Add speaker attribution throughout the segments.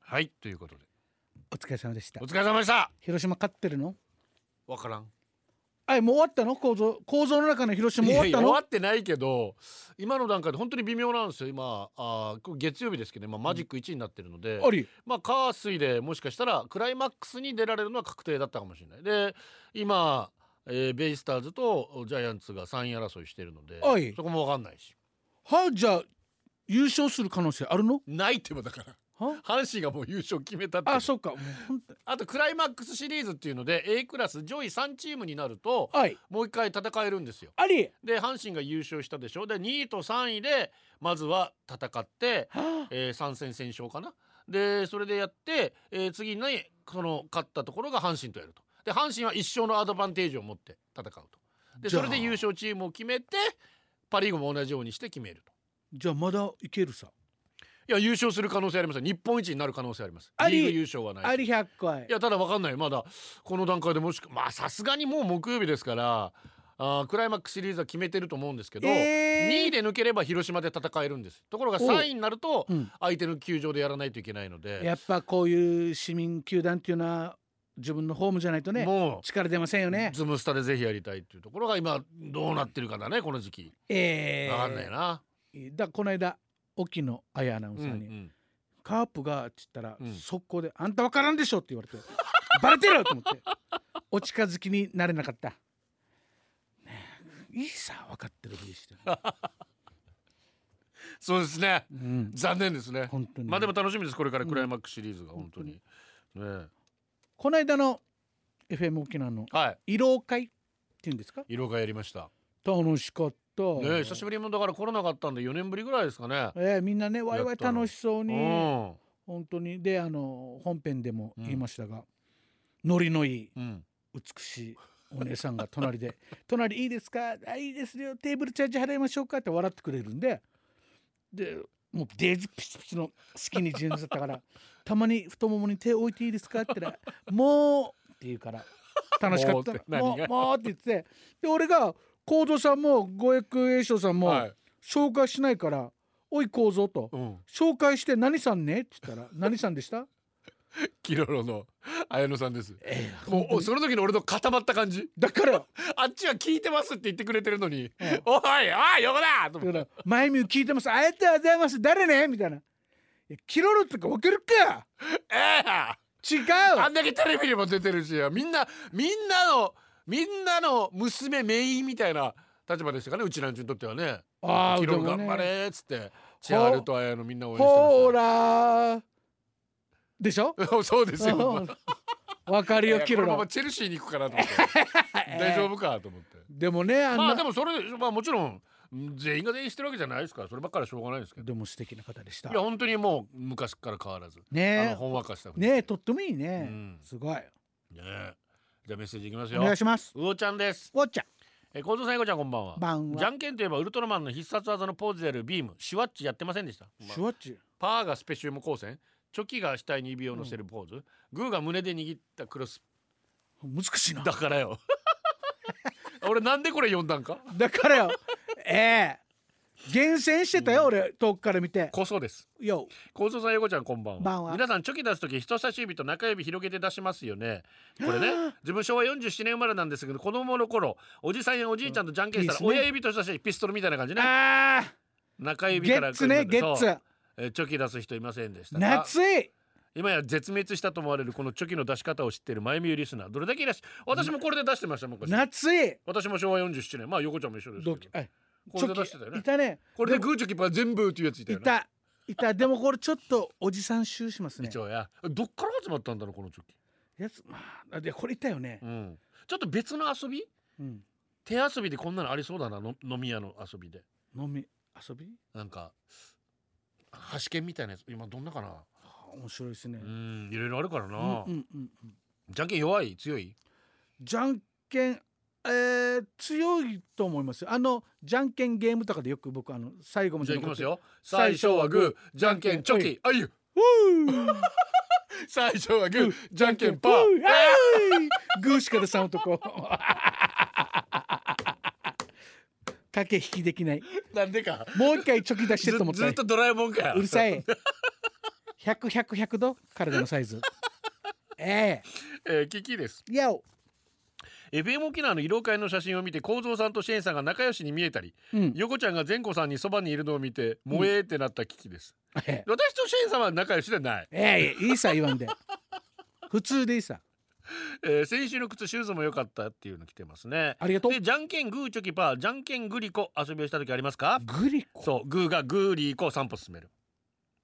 Speaker 1: はいということで
Speaker 2: お疲れ様でした
Speaker 1: お疲れ様でした
Speaker 2: 広島勝ってるの
Speaker 1: わからん
Speaker 2: あいもう終わったの構造構造の中の広島もう終わっ
Speaker 1: いやい
Speaker 2: た
Speaker 1: や終
Speaker 2: の
Speaker 1: わってないけど今の段階で本当に微妙なんですよ今あーこれ月曜日ですけどね、まあ、マジック1になってるので、
Speaker 2: あり
Speaker 1: まあカースイでもしかしたらクライマックスに出られるのは確定だったかもしれないで今、えーベイスターズとジャイアンツが3位争いしてるので
Speaker 2: おい
Speaker 1: そこも分かんないし
Speaker 2: はじゃあ優勝する可能性あるの
Speaker 1: ないってもだから
Speaker 2: は
Speaker 1: 阪神がもう優勝決めたって
Speaker 2: あそうかもうほんと
Speaker 1: あとクライマックスシリーズっていうので A クラス上位3チームになると
Speaker 2: あい
Speaker 1: もう一回戦えるんですよ。
Speaker 2: あり
Speaker 1: で阪神が優勝したでしょで2位と3位でまずは戦って、
Speaker 2: はあ
Speaker 1: えー、3戦戦勝かなでそれでやって、えー次にその勝ったところが阪神とやるとで阪神は一勝のアドバンテージを持って戦うとで
Speaker 2: じゃ
Speaker 1: そ
Speaker 2: あ
Speaker 1: れで優勝チームを決めてパ・リーグも同じようにして決めると
Speaker 2: じゃあまだいけるさ
Speaker 1: いや優勝する可能性ありますよ日本一になる可能性あります
Speaker 2: あり
Speaker 1: リーグ優勝はないけど
Speaker 2: あり100回
Speaker 1: いやただわかんないまだこの段階でもしくまあさすがにもう木曜日ですからあークライマックスシリーズは決めてると思うんですけど、
Speaker 2: えー
Speaker 1: 2位で抜ければ広島で戦えるんですところが3位になると
Speaker 2: うん
Speaker 1: 相手の球場でやらないといけないので、
Speaker 2: やっぱこういう市民球団っていうのは自分のホームじゃないとね
Speaker 1: も
Speaker 2: 力出ませんよ
Speaker 1: う、
Speaker 2: ね
Speaker 1: ズムスタでぜひやりたいっていうところが今どうなってるかだねこの時期
Speaker 2: ええ
Speaker 1: わかんないな、
Speaker 2: だこの間沖野綾アナウンサーに、
Speaker 1: うん
Speaker 2: カープがっつったら、
Speaker 1: うん
Speaker 2: 速攻で「あんたわからんでしょ」って言われて 「バレてる!」と思ってお近づきになれなかった、ねえ、いいさ分かってるふ りして、
Speaker 1: うんそうですね
Speaker 2: うん、
Speaker 1: 残念ですね
Speaker 2: 本当に、
Speaker 1: まあでも楽しみですこれからクライマックスシリーズが本当に、ね
Speaker 2: この間の FM 沖縄の
Speaker 1: はい
Speaker 2: 慰労会っていうんですか
Speaker 1: 色がやりました
Speaker 2: 楽しかった、
Speaker 1: ね久しぶりもだからコロナがあったんで4年ぶりぐらいですかね
Speaker 2: ええみんなねワイワイ楽しそう
Speaker 1: う
Speaker 2: に、
Speaker 1: ん
Speaker 2: 本当にであの本編でも言いましたが、ノリのいい
Speaker 1: うん、
Speaker 2: 美しいお姉さんが隣で「隣いいですかあいいですよテーブルチャージ払いましょうか」って笑ってくれるんででもうデージピチピチのスキニージーンズだった から「たまに太ももに手置いていいですか?」って言ったら「もう」って言うから楽しかった
Speaker 1: もうって
Speaker 2: 「も
Speaker 1: 何
Speaker 2: う
Speaker 1: が
Speaker 2: もう」って言っててで俺が幸三さんも五役栄翔さんも
Speaker 1: はい、
Speaker 2: 紹介しないから「おい幸三」と
Speaker 1: うん、
Speaker 2: 「紹介して何さんね?」って言ったら「何さんでした?
Speaker 1: キロロの綾野さんです。」
Speaker 2: え
Speaker 1: もうおその時の俺の固まった感じ。
Speaker 2: だから
Speaker 1: あっちは聞いてますって言ってくれてるのに、
Speaker 2: うん
Speaker 1: おいおい横だと思
Speaker 2: だ
Speaker 1: っ
Speaker 2: か
Speaker 1: て
Speaker 2: ら「前見聞いてますありがとうございます誰ね?」みたいな「いやキロロとか分けるか
Speaker 1: ええ
Speaker 2: 違
Speaker 1: あ
Speaker 2: うん
Speaker 1: だけテレビにも出てるし、みんなみんなのみんなの娘メインみたいな立場でしたかね。うちなんちゅにとってはね。
Speaker 2: あー
Speaker 1: キロロ
Speaker 2: でもね
Speaker 1: 頑張れっつって、千春と綾野みんな応援してま
Speaker 2: ほ
Speaker 1: し
Speaker 2: ーらー」でしょ
Speaker 1: たよ。そうですよ。
Speaker 2: 分かる
Speaker 1: いや
Speaker 2: よ
Speaker 1: いや
Speaker 2: キロ
Speaker 1: このま
Speaker 2: ロ
Speaker 1: まチェルシーに行くかなと思 って。大丈夫かと思って。
Speaker 2: でもねあんな、
Speaker 1: まあでもそれまあもちろんうん全員が全員してるわけじゃないですからそればっかりはしょうがないですけど
Speaker 2: でも素敵な方でした
Speaker 1: いや本当にもう昔から変わらず、あの
Speaker 2: ね
Speaker 1: ほんわかした雰囲
Speaker 2: え
Speaker 1: 気
Speaker 2: ねえとってもいいね、
Speaker 1: うん
Speaker 2: すごい
Speaker 1: ねえじゃあメッセージいきます
Speaker 2: お
Speaker 1: よ
Speaker 2: 願いします
Speaker 1: うおちゃんです
Speaker 2: おっちゃん
Speaker 1: えー、小僧さんいこちゃんこんばんは
Speaker 2: ばん
Speaker 1: じゃ
Speaker 2: は
Speaker 1: んけんといえばウルトラマンの必殺技のポーズであるビームシュワッチやってませんでした、まあ
Speaker 2: シュワッチ
Speaker 1: パーがスペシウム光線チョキが額に指を乗せるポーズ、グーが胸で握ったクロス
Speaker 2: 難しいな
Speaker 1: だからよ 俺なんでこれ読んだんか
Speaker 2: だからよええ厳選してたよ、俺遠くから見て
Speaker 1: こそです
Speaker 2: 「よ
Speaker 1: 構造さん英語ちゃんこんばんは
Speaker 2: ばんは
Speaker 1: 皆さんチョキ出す時人差し指と中指広げて出しますよ ねこれね自分昭和47年生まれなんですけど子供の頃おじさんやおじいちゃんとじゃんけんしたら、
Speaker 2: うんいいですね
Speaker 1: 親指と人差し指ピストルみたいな感じね
Speaker 2: あー
Speaker 1: 中指
Speaker 2: ゲ
Speaker 1: から
Speaker 2: ッツねゲッ
Speaker 1: そう
Speaker 2: ツ
Speaker 1: えーチョキ出す人いませんでしたか
Speaker 2: 夏い
Speaker 1: 今や絶滅したと思われるこのチョキの出し方を知っている前見ゆリスナーどれだけいらっしゃ私もこれで出してました昔
Speaker 2: 夏い
Speaker 1: 私も昭和47年まあ横ちゃんも一緒ですけ
Speaker 2: ド
Speaker 1: ど
Speaker 2: キあ
Speaker 1: これで出してたよ
Speaker 2: チョキ
Speaker 1: ね
Speaker 2: いたね
Speaker 1: これでグーチョキパー全部っていうやついた
Speaker 2: い
Speaker 1: よね
Speaker 2: たいたでもこれちょっとおじさん臭しますね
Speaker 1: 一応やどっから始まったんだろうこのチョキ、
Speaker 2: やつまあでこれいたよね
Speaker 1: う、ん、ちょっと別の遊び
Speaker 2: うん、
Speaker 1: 手遊びでこんなのありそうだなの飲み屋の遊びで
Speaker 2: 飲み遊び
Speaker 1: なんか橋剣みたいなやつ今どんなかな
Speaker 2: あ面白いですね
Speaker 1: う、んいろいろあるからな、
Speaker 2: うんうんうんうん、
Speaker 1: じゃんけん弱い強い
Speaker 2: じゃんけんえー、強いと思いますよあのじゃんけんゲームとかでよく僕あの最後ま
Speaker 1: じ
Speaker 2: で
Speaker 1: ゃあいきますよ
Speaker 2: 最
Speaker 1: 最
Speaker 2: 初
Speaker 1: 初
Speaker 2: は
Speaker 1: は
Speaker 2: グ
Speaker 1: グーじゃんけんチョキあいよ
Speaker 2: 残ってふう
Speaker 1: 最初はグーじゃんけんパ
Speaker 2: ふう
Speaker 1: ー
Speaker 2: あーグーしか出さん男駆け引きできない
Speaker 1: なんでか
Speaker 2: もう一回チョキ出して
Speaker 1: ず
Speaker 2: と思った
Speaker 1: ずっとドラえもんかよ
Speaker 2: うるさい100100度体のサイズえ
Speaker 1: えー、キキです
Speaker 2: えいやお
Speaker 1: FM 沖縄の慰労会の写真を見て幸三さんとシェーンさんが仲良しに見えたり
Speaker 2: うん
Speaker 1: 横ちゃんが善子さんにそばにいるのを見て萌えってなったキキです、
Speaker 2: え
Speaker 1: 私とシェーンさんは仲良しではない、
Speaker 2: えいいさ言わんで普通でいいさ
Speaker 1: えー先週の靴シューズも良かったっていうの来てますね
Speaker 2: ありがとう
Speaker 1: でじゃんけんグーチョキパーじゃんけんグリコ遊びをした時ありますか
Speaker 2: グリコ
Speaker 1: そうグーがグーリーコを3歩進める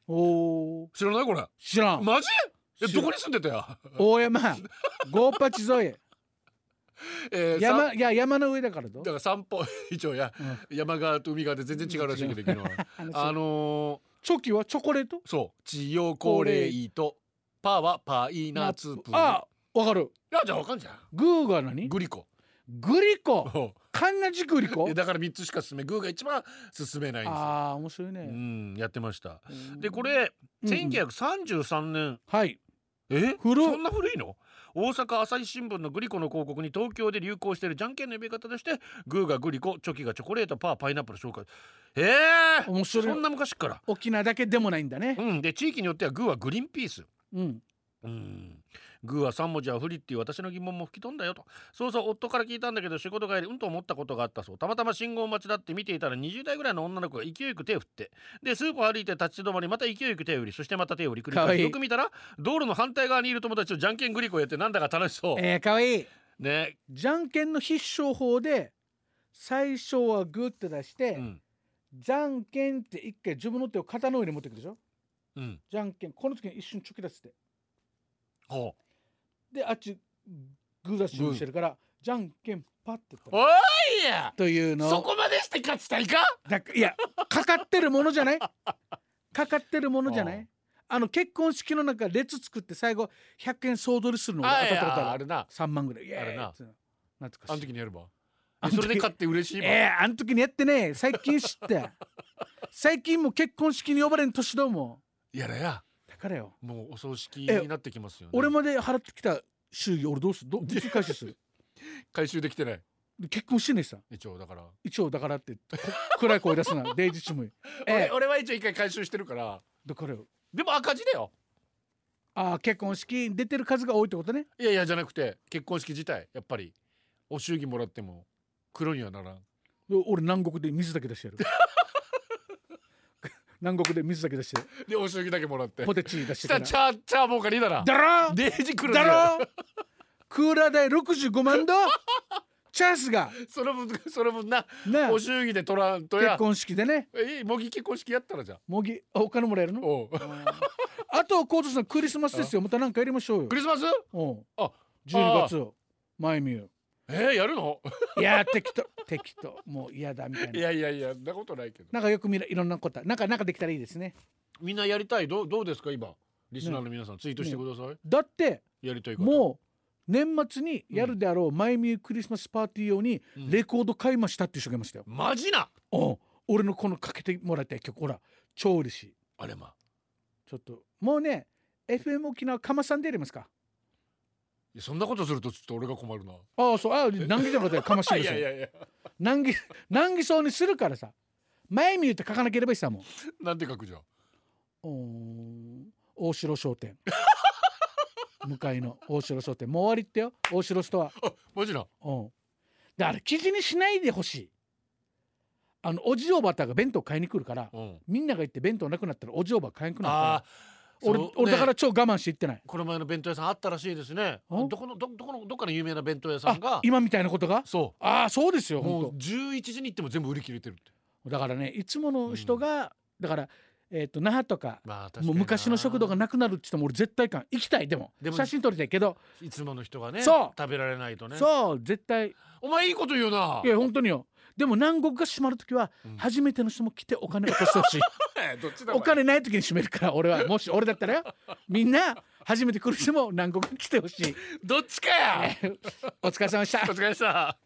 Speaker 2: おー
Speaker 1: 知らないこれ
Speaker 2: 知らん
Speaker 1: マジえ
Speaker 2: 知
Speaker 1: ど
Speaker 2: ら
Speaker 1: こ
Speaker 2: ん
Speaker 1: に住んでたよ、
Speaker 2: 大山ゴーパチ添え
Speaker 1: えーさん
Speaker 2: 山いや山の上だからぞ
Speaker 1: だから散歩 一応や
Speaker 2: うん
Speaker 1: 山側と海側で全然違うらしいけど昨日 は
Speaker 2: あ
Speaker 1: あ
Speaker 2: の
Speaker 1: の
Speaker 2: チョキはチョコレート
Speaker 1: ー、そう地陽高齢イとパーはパイナツプ
Speaker 2: あわかる
Speaker 1: いやじゃあわかんじゃん
Speaker 2: グーが何
Speaker 1: グリコ
Speaker 2: グリコ
Speaker 1: そ
Speaker 2: カンナジグリコ
Speaker 1: うえだから3つしか進めグーが一番進めないんですよ
Speaker 2: ああ面白いうね
Speaker 1: んやってました
Speaker 2: うん
Speaker 1: でこれ
Speaker 2: うんうん
Speaker 1: 1933年
Speaker 2: はい
Speaker 1: え
Speaker 2: 古っ
Speaker 1: そんな古いの大阪朝日新聞のグリコの広告に東京で流行しているじゃんけんの呼び方としてグーがグリコチョキがチョコレートパーパイナップル紹介ええ
Speaker 2: 面白い
Speaker 1: そんな昔っから
Speaker 2: 沖縄だけでもないんだね
Speaker 1: うんで地域によってはグーはグリーンピース
Speaker 2: うん
Speaker 1: うんグーは3文字は不利っていう私の疑問も吹き飛んだよとそうそう夫から聞いたんだけど仕事帰りうんと思ったことがあったそうたまたま信号待ちだって見ていたら20代ぐらいの女の子が勢いよく手を振ってでスーパー歩いて立ち止まりまた勢いよく手を振りそしてまた手を振り繰り
Speaker 2: かわ
Speaker 1: 返
Speaker 2: い
Speaker 1: し
Speaker 2: い
Speaker 1: よく見たら道路の反対側にいる友達とじゃんけんグリコやってなんだか楽しそう、
Speaker 2: えー、かわいい
Speaker 1: ね
Speaker 2: じゃんけんの必勝法で最初はグーって出して、
Speaker 1: うん
Speaker 2: じゃんけんって一回自分の手を肩の上に持ってくるでしょ
Speaker 1: うん
Speaker 2: じゃんけんこの時に一瞬チョキ出して
Speaker 1: ほう
Speaker 2: であっちグー出しようにしてるから、じゃんけんパッてやった
Speaker 1: おいや
Speaker 2: というのを
Speaker 1: そこまでして勝ちたいか
Speaker 2: だいやかかってるものじゃないかかってるものじゃな
Speaker 1: う
Speaker 2: いあの結婚式の中列作って最後100円総取りするのが
Speaker 1: あ
Speaker 2: 当
Speaker 1: い
Speaker 2: たったこと
Speaker 1: や
Speaker 2: あ
Speaker 1: あ
Speaker 2: る
Speaker 1: るな
Speaker 2: 3万ぐらいイエーイ
Speaker 1: あるな
Speaker 2: っていうの懐
Speaker 1: あ
Speaker 2: か
Speaker 1: の
Speaker 2: しい
Speaker 1: 時にやれば
Speaker 2: あの時
Speaker 1: それで勝って嬉しいもん、
Speaker 2: ええあの時にやってね最近知った最近もう結婚式に呼ばれん年どうも
Speaker 1: やらや
Speaker 2: だからよ
Speaker 1: もうお葬式になってきますよね
Speaker 2: 俺まで払ってきた祝儀俺どうするどどうする回収 する
Speaker 1: 回収できてない
Speaker 2: で結婚してねえさ
Speaker 1: 一応だから
Speaker 2: 一応だからってこ暗い声出 すなデイジチムイええ
Speaker 1: 俺俺は一応一回回収してるから
Speaker 2: だからよ
Speaker 1: でも赤字だよ
Speaker 2: ああ結婚式に出てる数が多いってことね
Speaker 1: いやいやじゃなくて結婚式自体やっぱりお祝儀もらっても黒にはならん
Speaker 2: で俺南国で水だけ出してやる 南国で水だけ出してやる
Speaker 1: でお祝儀だけもらって
Speaker 2: ポテチ出して
Speaker 1: した
Speaker 2: から
Speaker 1: チャーチャーボーカリーだな
Speaker 2: だろ
Speaker 1: デージ黒に
Speaker 2: だ
Speaker 1: はな
Speaker 2: ろクーラー代65万度チャンスが
Speaker 1: その分その分な
Speaker 2: なあ
Speaker 1: お祝儀で取らんと
Speaker 2: 結
Speaker 1: や
Speaker 2: 婚式でね
Speaker 1: え模擬結婚式やったらじゃあ
Speaker 2: もぎあお金もらえるの
Speaker 1: おう
Speaker 2: あとコートさんクリスマスですよまたなんかやりましょうよ
Speaker 1: クリスマス
Speaker 2: おう
Speaker 1: あ
Speaker 2: 12月マイミュ
Speaker 1: えー、やるの
Speaker 2: ーいや適当適当もう嫌だみたい
Speaker 1: い
Speaker 2: な
Speaker 1: やいやいやそんなことないけど
Speaker 2: なんかよく見るいろんなことなんかなんかできたらいいですね
Speaker 1: みんなやりたいどうどうですか今リスナーの皆さんツイートしてください、
Speaker 2: だって
Speaker 1: やりたいこと
Speaker 2: もう年末にやるであろう、マイミュークリスマスパーティー用に
Speaker 1: うん
Speaker 2: レコード買いましたっていう人がいましたよ、
Speaker 1: マジな
Speaker 2: おう俺のこのかけてもらいたい曲ほら超嬉しい
Speaker 1: あれま
Speaker 2: ちょっともうね FM 沖縄かまさんでやりますか
Speaker 1: いやそんなことするとちょっと俺が困るな
Speaker 2: ああそうああ難儀じゃなかったよかましてくだ さい
Speaker 1: いや
Speaker 2: 難儀難儀そうにするからさマイミューって書かなければいいさも
Speaker 1: なんて書くじゃん
Speaker 2: うおー大城商 店向かいの大城商店もう終わりってよ大城ストア
Speaker 1: あマジな
Speaker 2: うん。だから記事にしないでほしい。あのおじおばたが弁当買いに来るから、
Speaker 1: うん
Speaker 2: みんなが行って弁当なくなったらおじおば買いに来ない
Speaker 1: あ
Speaker 2: か
Speaker 1: あ
Speaker 2: ら。俺、俺だから超我慢して行ってない。
Speaker 1: この前の弁当屋さんあったらしいですね
Speaker 2: お
Speaker 1: どこのどどこのどっかの有名な弁当屋さん
Speaker 2: あ
Speaker 1: が、
Speaker 2: 今みたいなことが。
Speaker 1: そ
Speaker 2: ああ、そうです
Speaker 1: う
Speaker 2: よ。
Speaker 1: もう
Speaker 2: 本
Speaker 1: 11時に行っても全部売り切れてるって
Speaker 2: 当。だからね、いつもの人が、だから、えっ、と那覇とか。
Speaker 1: まあ確かに
Speaker 2: もう
Speaker 1: な
Speaker 2: 昔の食堂がなくなるって言っても俺絶対感行きたいでも
Speaker 1: でも
Speaker 2: 写真撮りたいけど、
Speaker 1: いつもの人がね
Speaker 2: そう
Speaker 1: 食べられないとね
Speaker 2: そう絶対
Speaker 1: お前いいこと言うない
Speaker 2: や本当によでも南国が閉まる時は
Speaker 1: うん
Speaker 2: 初めての人も来てお金を落としてほしい
Speaker 1: どっちだ
Speaker 2: お金ない時に閉めるから俺はもし俺だったらよみんな初めて来る人も何個か来てほしい
Speaker 1: どっちかや
Speaker 2: お疲れ様でした
Speaker 1: お疲れさ